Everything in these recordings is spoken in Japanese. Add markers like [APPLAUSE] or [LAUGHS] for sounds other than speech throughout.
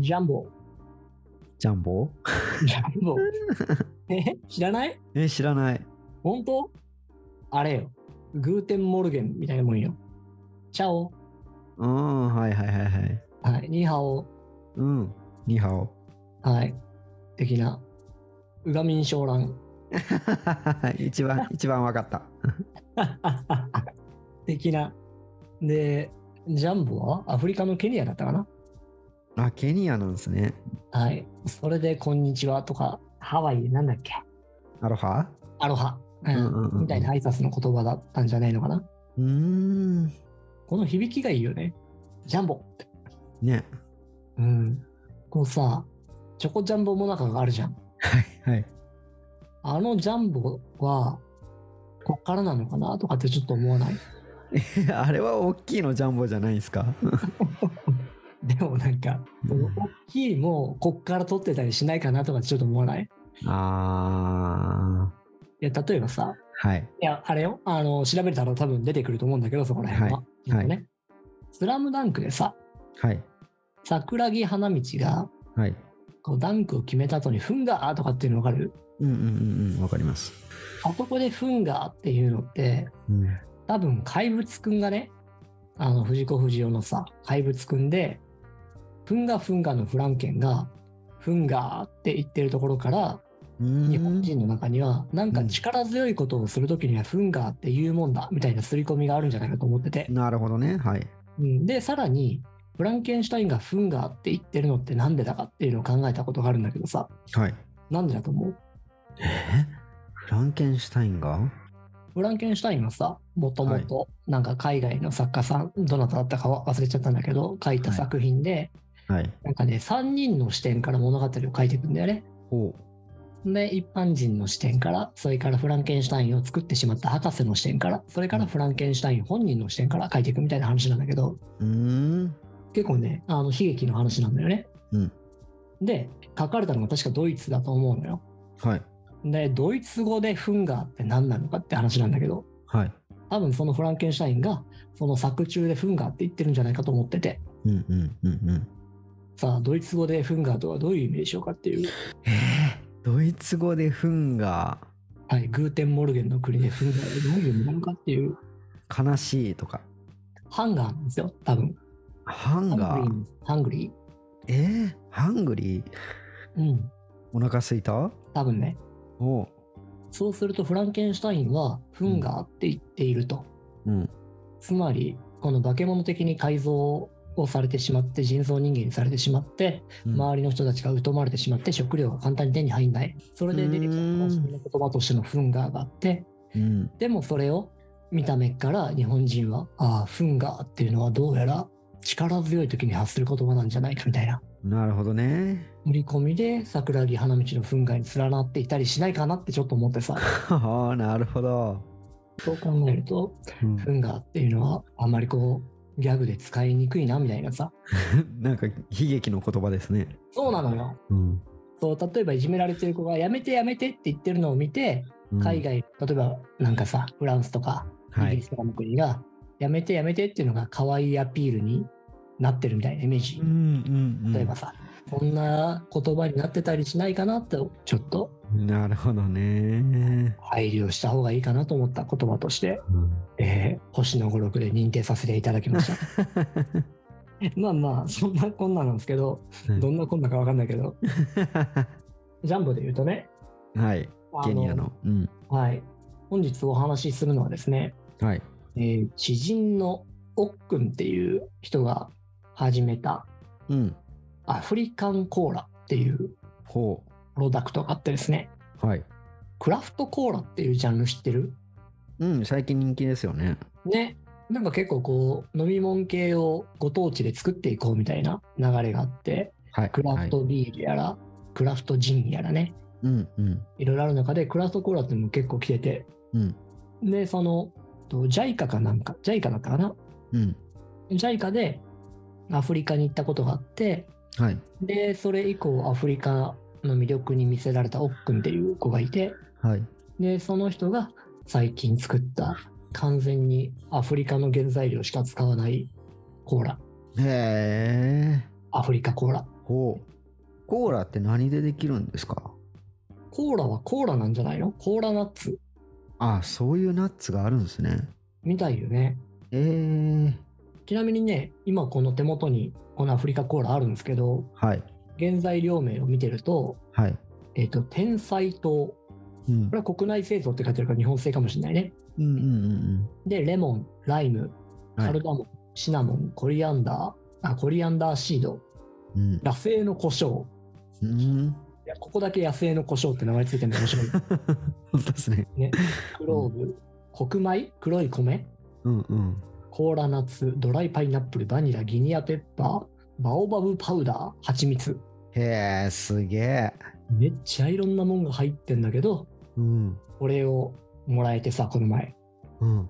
ジャンボ。ジャンボジャンボ。え知らないえ、知らない。本当あれよ。グーテンモルゲンみたいなもんよ。チャオ。うん、はいはいはいはい。はい。ニーハオ。うん。ニハオ。 [LAUGHS] はい。的な。ウガミンショウラン。一 [LAUGHS] 番、一番わかった。 [LAUGHS] 的な。で、ジャンボはアフリカのケニアだったかなあ、ケニアなんですね。はい。それで、こんにちはとか、ハワイでなんだっけアロハアロハ。ううんうんうんんみたいな挨拶の言葉だったんじゃないのかなうーん。この響きがいいよね。ジャンボって。ね。うん。こうさ、チョコジャンボモナカがあるじゃん。はい [LAUGHS] はい。あのジャンボは、こっからなのかなとかってちょっと思わない [LAUGHS] えあれは大きいのジャンボじゃないですか。でもなんか、その大きいも、こっから取ってたりしないかなとかってちょっと思わないいあや、例えばさ、ー。はい。いや、あれよ、あの、調べたら多分出てくると思うんだけど、そこら辺は。きっとはいね。スラムダンクでさ、はい。桜木花道が、はい。こうダンクを決めた後に、フンガーとかっていうの分かるうんうんうんうん。わかります。あそこでフンガーっていうのって、うん。多分怪物くんがね、あの、藤子不二雄のさ、怪物くんで、フンガフンガのフランケンが、フンガーって言ってるところから、うーん日本人の中には、なんか力強いことをするときには、フンガーって言うもんだ、みたいな刷り込みがあるんじゃないかと思ってて。なるほどね。はい。うんで、さらに、フランケンシュタインがフンガーって言ってるのってなんでだかっていうのを考えたことがあるんだけどさ、はい。なんでだと思うフランケンシュタインがフランケンシュタインはさ、もともと、なんか海外の作家さん、どなただったか忘れちゃったんだけど、書いた作品で、はい。なんかね、3人の視点から物語を書いていくんだよね。ほで、一般人の視点から、それからフランケンシュタインを作ってしまった博士の視点から、それからフランケンシュタイン本人の視点から書いていくみたいな話なんだけど、う。うーん。結構ね、あの、悲劇の話なんだよね。うん。で、書かれたのが確かドイツだと思うのよ。はい。で、ドイツ語でフンガーって何なのかって話なんだけど、はい。多分そのフランケンシュタインが、その作中でフンガーって言ってるんじゃないかと思ってて、うんうんうんうん。さあ、ドイツ語でフンガーとはどういう意味でしょうかっていう、えー、ドイツ語でフンがはい、グーテンモルゲンの国でフンガーってどういう意味なのかっていう、悲しいとか、ハンガーなんですよ、多分。ハンガハングリーー、です。ハングリーえー、ハングリー、うん、お腹すいた多分ね。おう。そうすると、フランケンシュタインはフンガーって言っていると。うん。つまり、この化け物的に改造をされてしまって、人造人間にされてしまって、あ、周りの人たちが疎まれてしまって食料が簡単に手に入んないそれで出てきた悲しみの言葉としてのフンガーがあってうん。でもそれを見た目から日本人はああフンガーっていうのはどうやら力強い時に発する言葉なんじゃないかみたいななるほどね。売り込みで桜木花道のフンガーに連なっていたりしないかなってちょっと思ってさああ、なるほど。そう考えるとうんフンガーっていうのはあんまりこうギャグで使いにくいなみたいなさ [LAUGHS] なんか悲劇の言葉ですね。そうなのようん。そう例えばいじめられてる子が「やめてやめて」って言ってるのを見てうん海、外、例えばなんかさ、フランスとか、イはギリい。スとかの国が、やめてやめてっていうのが可愛いアピールになってるみたいなイメージうん。うんうん。例えばさ、こんな言葉になってたりしないかなって、ちょっとなるほどね。配慮した方がいいかなと思った言葉として、うんえー星の語録で認定させていただきま [LAUGHS] した。まあまあ、そんなこんななんですけど、はいどんなこんなかわかんないけど、ジャンボで言うとね、 [LAUGHS] はい。あケニアの。うん。はい、本日お話しするのはですね、はい。えー知人のおっくんっていう人が始めたうん。アフリカンコーラっていうほプロダクトがあってですね、う。はい。クラフトコーラっていうジャンル知ってるうん、最近人気ですよね。ね。なんか結構こう、飲み物系をご当地で作っていこうみたいな流れがあって、はい。クラフはい、トビールやら、クラフトジンやらね、うんうんいろいろある中でクラフトコーラっていうのも結構来てて、うんで、その、と JICA かなんか、JICA だったかなうん。 ?JICA でアフリカに行ったことがあって、はい。で、それ以降、アフリカの魅力に魅せられたオックンっていう子がいて、はい。で、その人が最近作った完全にアフリカの原材料しか使わないコーラ、へえ。アフリカコーラ。ほうコーラって何でできるんですかコーラはコーラなんじゃないのコーラナッツあそういうナッツがあるんですねみたいよね。えー、ちなみにね、今この手元にこのアフリカコーラあるんですけど、はい原材料名を見てると、はいえっ、と、天才糖。こうんれは国内製造って書いてあるから日本製かもしれないね。うんうんうんで、レモン、ライム、はいカルダモン、シナモン、コリアンダー、あ、コリアンダーシード、うん野生の胡椒。うん [LAUGHS] いやここだけ野生の胡椒って名前ついてるの面白い。本当ですねクローブ、黒米、黒い米、うんうんコーラナッツ、ドライパイナップル、バニラ、ギニアペッパー、バオバブパウダー、蜂蜜。へえすげえめっちゃいろんなもんが入ってんだけど、うんこれをもらえてさ、この前。うん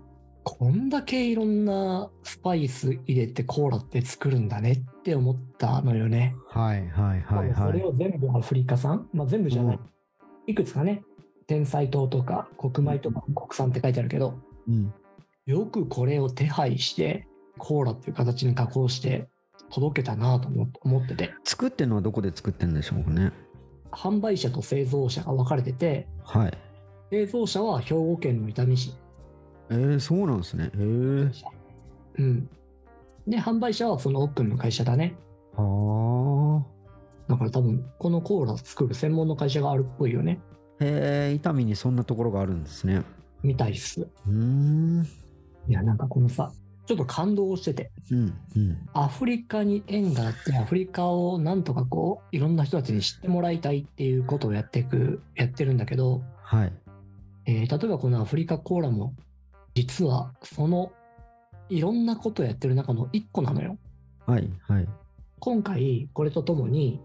こんだけいろんなスパイス入れてコーラって作るんだねって思ったのよね。はいはいはいまあはそれいを全部アフリカ産、まあ、全部じゃない、うんいくつかね、天才糖とか黒米とか国産って書いてあるけど、うんよくこれを手配して、コーラっていう形に加工して届けたなと思思ってて、作ってるのはどこで作ってるんでしょうかね販売者と製造者が分かれてて、はい製造者は兵庫県の伊丹市。えー、そうなんですねへえうん。で、販売者はその奥の会社だね。はあだから多分、このコーラ作る専門の会社があるっぽいよね。へえ痛みにそんなところがあるんですねみたいっす。うーんいや、なんかこのさ、ちょっと感動してて、うんうんアフリカに縁があって、アフリカをなんとかこう、いろんな人たちに知ってもらいたいっていうことをやっていく、やってるんだけど、はいえー例えばこのアフリカコーラも、実はその、いろんなことをやってる中の一個なのよ。はいはい今回、これとともに、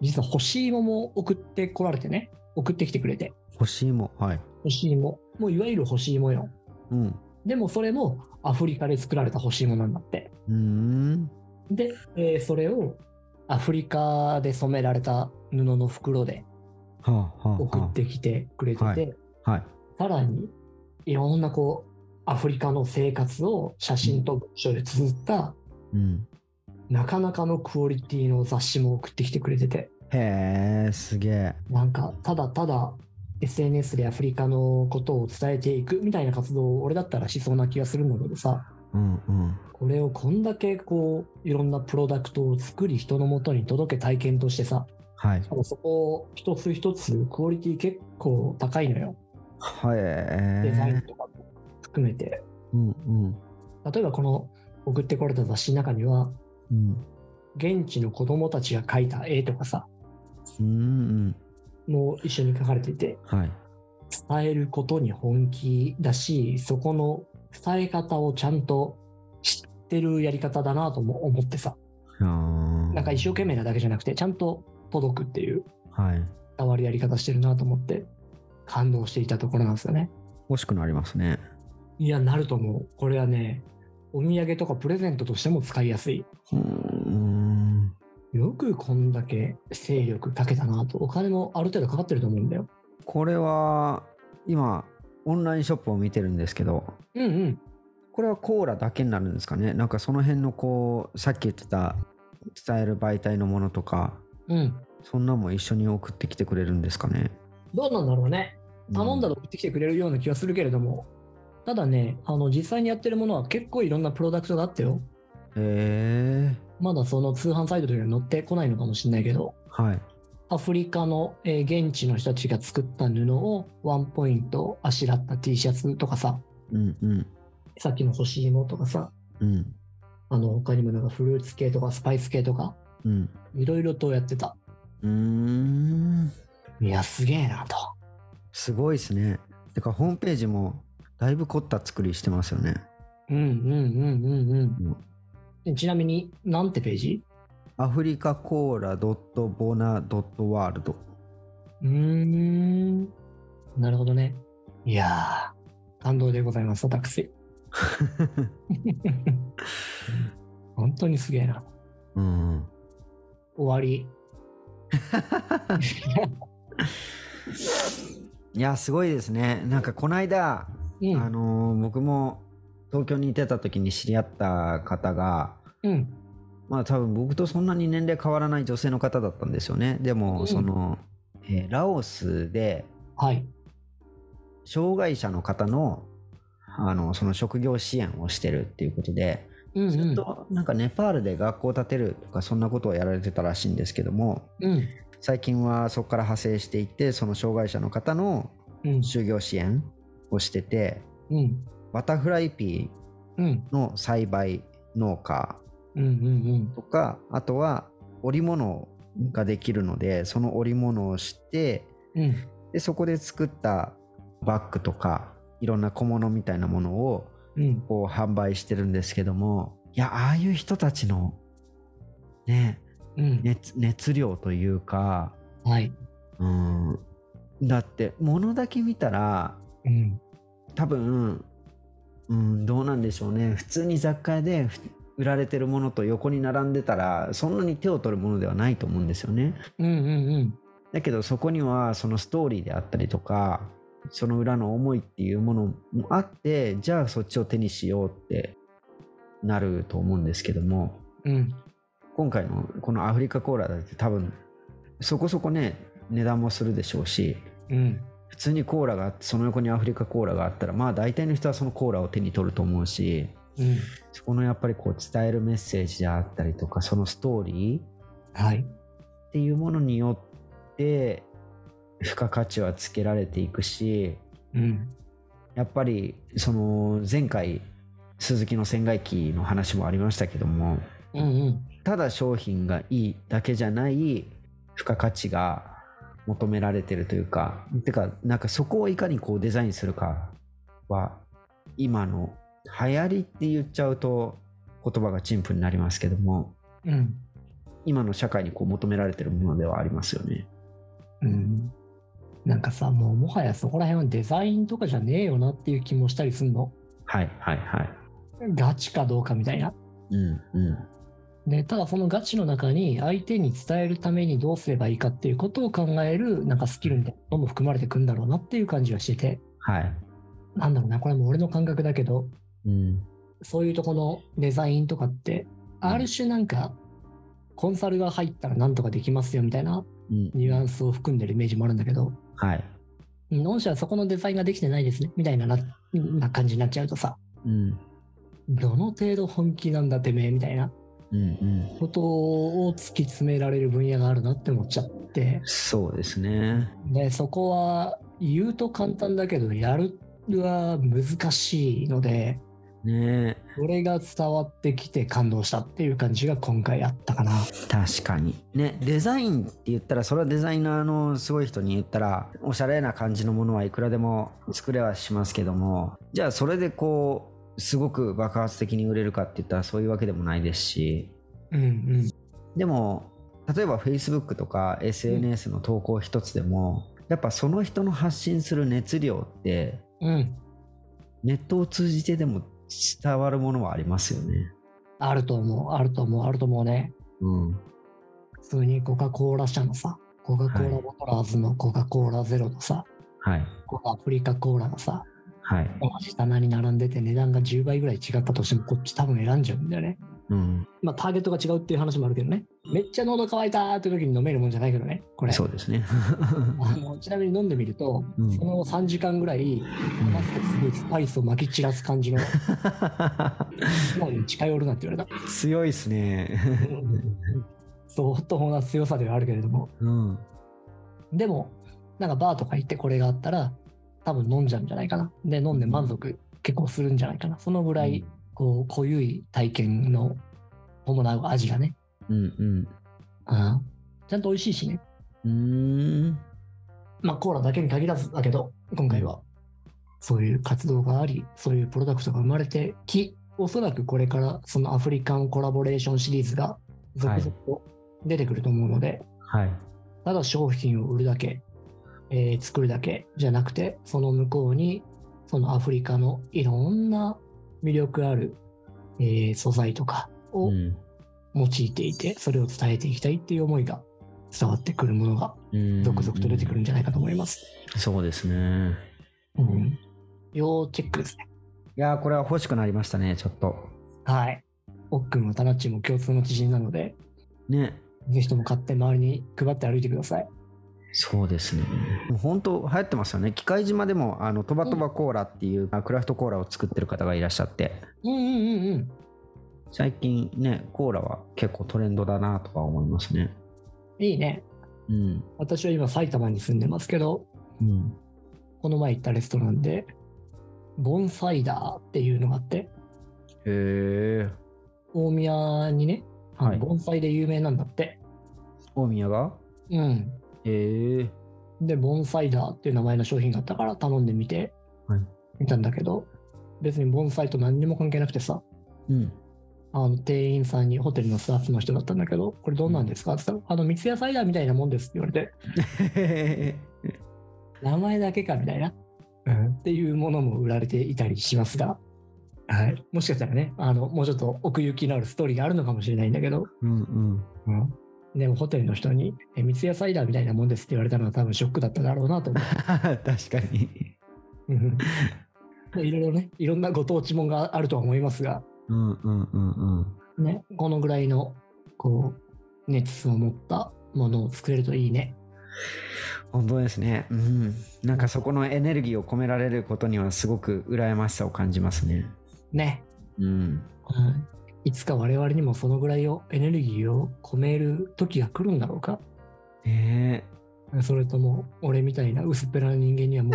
実は干し芋も送ってこられてね、送ってきてくれて、欲しいもはい干し芋、もういわゆる干し芋よ。うんでもそれもアフリカで作られた干し芋なんだって。うーんで、えーそれをアフリカで染められた布の袋ではあはあはあ送ってきてくれてて、はいはいさらにいろんなこうアフリカの生活を写真と文章で綴った、うんなかなかのクオリティの雑誌も送ってきてくれててへえすげえなんかただただ SNS でアフリカのことを伝えていくみたいな活動を俺だったらしそうな気がするんだけどさ、うんうんこれをこんだけこういろんなプロダクトを作り人のもとに届け体験としてさはいしかもそこを一つ一つクオリティ結構高いのよはいデザインとかも含めてうんうん例えばこの送ってこられた雑誌の中にはうん現地の子供たちが描いた絵とかさうんうんもう一緒に描かれていてはい伝えることに本気だしそこの伝え方をちゃんと知ってるやり方だなとも思ってさあーなんか一生懸命なだけじゃなくてちゃんと届くっていうはい伝わるやり方してるなと思って感動していたところなんですよね。欲しくなりますねいや、なると思う。これはね、お土産とかプレゼントとしても使いやすい。うーんよくこんだけ勢力かけたなと、お金もある程度かかってると思うんだよ。これは今オンラインショップを見てるんですけどうんうん。これはコーラだけになるんですかねなんかその辺のこうさっき言ってた伝える媒体のものとかうん。そんなんも一緒に送ってきてくれるんですかねどうなんだろうね。頼んだらろ送ってきてくれるような気がするけれども、ただね、あの、実際にやってるものは結構いろんなプロダクトがあったよ。へえまだその通販サイトというのは載ってこないのかもしれないけど、はいアフリカの、えー現地の人たちが作った布をワンポイントあしらった T シャツとかさ、うんうんさっきの干し芋とかさ、うんあの他にもなんかフルーツ系とかスパイス系とか、うんいろいろとやってた。うーんいや、すげえなと。すごいですねてかホームページもだいぶ凝った作りしてますよねうんうんうんうんうん。ちなみに、なんてページアフリカコーラボナワールドうーん。なるほどね。いやー、感動でございます、 [LAUGHS] 私。本当にすげえな。うん終わり。いやすごいですねなんかこの間うあん。のー僕も東京にいてた時に知り合った方がうん。まあ多分僕とそんなに年齢変わらない女性の方だったんですよね。でうんもその、えーラオスではい。障害者の方のあのその職業支援をしてるっていうことで、うんずっうん。となんかネパールで学校を建てるとかそんなことをやられてたらしいんですけどもうん。最近はそこから派生していってその障害者の方のうん。就業支援をしててうん。バタフライピうん。ーの栽培農家うん。うん。とかあとは織物ができるのでその織物をしてうん。うん。でそこで作ったバッグとかいろんな小物みたいなものをうん。こう販売してるんですけどもいやああいう人たちのねうん。熱熱量というかはい。うんだって物だけ見たらうん。多分、うん、どうなんでしょうね普通に雑貨屋でふ売られてるものと横に並んでたらそんなに手を取るものではないと思うんですよねうん。うん。だけどそこにはそのストーリーであったりとかその裏の思いっていうものもあってじゃあそっちを手にしようってなると思うんですけどもうん。うん。今回のこのアフリカコーラだって多分そこそこね値段もするでしょうしうん。普通にコーラがあってその横にアフリカコーラがあったらまあ大体の人はそのコーラを手に取ると思うしうん。そこのやっぱりこう伝えるメッセージであったりとかそのストーリーっはい。ていうものによって付加価値はつけられていくしうん。やっぱりその前回鈴木の船外機の話もありましたけどもうん。うん。ただ商品がいいだけじゃない付加価値が求められてるというかてかなんかそこをいかにこうデザインするかは今の流行りって言っちゃうと言葉が陳腐になりますけどもうん。今の社会にこう求められてるものではありますよね。うん。なんかさ、もうもはやそこら辺はデザインとかじゃねえよなっていう気もしたりすんの。はいはいはい。ガチかどうかみたいな。うんうん。で、ただそのガチの中に相手に伝えるためにどうすればいいかっていうことを考えるなんかスキルみたいなのも含まれてくんだろうなっていう感じはしてて、はい。なんだろうな、これも俺の感覚だけど、うん。そういうとこのデザインとかって、ある種なんか、コンサルが入ったらなんとかできますよみたいなうん、ニュアンスを含んでるイメージもあるんだけど、はい。御社はそこのデザインができてないですね、みたいななな感じになっちゃうとさ、うん。どの程度本気なんだてめえみたいなうんうん。ことを突き詰められる分野があるなって思っちゃって、そうですね。で、そこは言うと簡単だけど、やるは難しいので、ねそれが伝わってきて感動したっていう感じが今回あったかな。確かにねデザインって言ったらそれはデザイナーのすごい人に言ったらおしゃれな感じのものはいくらでも作れはしますけどもじゃあそれでこうすごく爆発的に売れるかって言ったらそういうわけでもないですしうんでも例えば Facebook とか SNS の投稿一つでも、やっぱその人の発信する熱量ってうん。うん。ネットを通じてでも伝わるものはありますよね。あると思う、あると思う、あると思うね。うん、普通にコカ・コーラ社のさ、コカ・コーラボトラーズのコカ・コーラゼロとさ、はいこうアフリカコーラがさ、はい、同じ棚に並んでて値段が10倍ぐらい違ったとしても、こっち多分選んじゃうんだよね。うん、まあ、ターゲットが違うっていう話もあるけどね。めっちゃ喉乾いたーって時に飲めるもんじゃないけどね、これ。そうですね。あのちなみに飲んでみると、うんその3時間ぐらい、マ [LAUGHS] スクすごいスパイスを撒き散らす感じの、もう近寄るなって言われた。強いですね。相当な強さではあるけれども。うん。でも、なんかバーとか行ってこれがあったら、多分飲んじゃうんじゃないかな。で、飲んで満足結構するんじゃないかな。そのぐらい、こう、濃ゆい体験の伴う味がね。うんうんちゃんと美味しいしね。うん。うーん。まあ、コーラだけに限らずだけど、今回は、そういう活動があり、そういうプロダクトが生まれてき、おそらくこれから、そのアフリカンコラボレーションシリーズが、続々と出てくると思うので、はい。ただ商品を売るだけ、えー作るだけじゃなくて、その向こうに、そのアフリカのいろんな魅力ある、えー素材とかをう用んいていて、それを伝えていきたいっていう思いが伝わってくるものがうん続々と出てくるんじゃないかと思います。そうですね。うん。要チェックですね。いやーこれは欲しくなりましたね、ちょっと。はい。奥君はタナッチも共通の知人なので、ねぜひとも買って周りに配って歩いてください。そうですねもう本当流行ってますよね機械島でもあのトバトバコーラっていう、あクラフトコーラを作ってる方がいらっしゃってうんうんうんうん。最近ねコーラは結構トレンドだなとか思いますねいいね。うん、私は今埼玉に住んでますけど、うん、この前行ったレストランで、ボンサイダーっていうのがあって、へえ大宮にね、あのはい盆栽で有名なんだって。大宮がうん。へえで、ボンサイダーっていう名前の商品があったから頼んでみて、はい見たんだけど、別に盆栽と何にも関係なくてさ、うんあの店員さんにホテルのスタッフの人だったんだけど、これどうなんですかって言ったら、あの三ツ矢サイダーみたいなもんですって言われて、名前だけかみたいな、っていうものも売られていたりしますが、はい、もしかしたらねあのもうちょっと奥行きのあるストーリーがあるのかもしれないんだけど、 [LAUGHS] うんうんでもホテルの人に「え三ツ矢サイダーみたいなもんです」って言われたのは多分ショックだっただろうなと思 [LAUGHS] 確かにううん [LAUGHS] いろいろねいろんなご当地もんがあるとは思いますが、うんうんうんうんね、このぐらいのこう熱を持ったものを作れるといいね。本当ですねうんなんかそこのエネルギーを込められることにはすごく羨ましさを感じますねねうんうんいつか我々にもそのぐらいをエネルギーを込める時が来るんだろうかねそれとも俺みたいな薄っぺらな人間には [LAUGHS] もう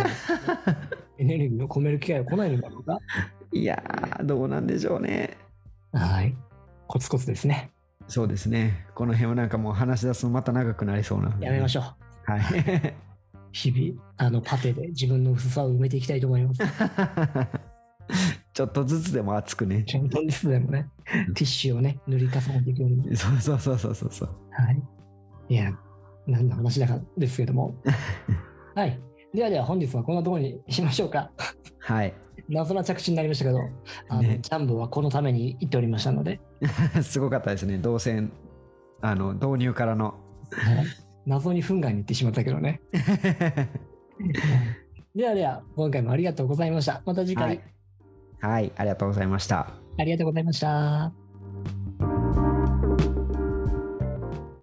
エネルギーを込める機会は来ないのだろうかえいやーどうなんでしょうねはいコツコツですねそうですねこの辺はなんかもう話し出すとまた長くなりそうなやめまょしょううはい [LAUGHS] 日々あのパテで自分の薄さを埋めていきたいと思いますちょっとずつでも熱くねちゃんとリスでもねティッシュをね塗り重ねていくようにそうそうそうそうそうそうはいいや何の話だかですけど [LAUGHS] もはいではでは本日はこんなところにしましょうかはい謎な着地になりましたけどあの、ねジャンボはこのために行っておりましたので、すごかったですね動線あの導入からのはい謎に憤慨に行ってしまったけどね [LAUGHS] ではでは、今回もありがとうございました。また次回、はい、はい、ありがとうございましたありがとうございました。